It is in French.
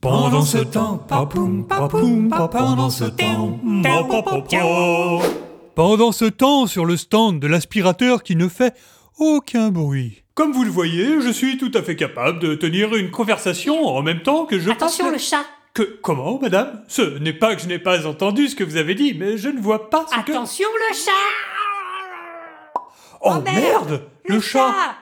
Pendant ce temps, papoum, papoum, pa- pendant ce temps, mm, pa- pa- pa- pa. Pendant ce temps, sur le stand de l'aspirateur qui ne fait aucun bruit. Comme vous le voyez, je suis tout à fait capable de tenir une conversation en même temps que je Attention passe- le chat Que comment, madame Ce n'est pas que je n'ai pas entendu ce que vous avez dit, mais je ne vois pas ce que. Attention le chat Oh merde, Le, chat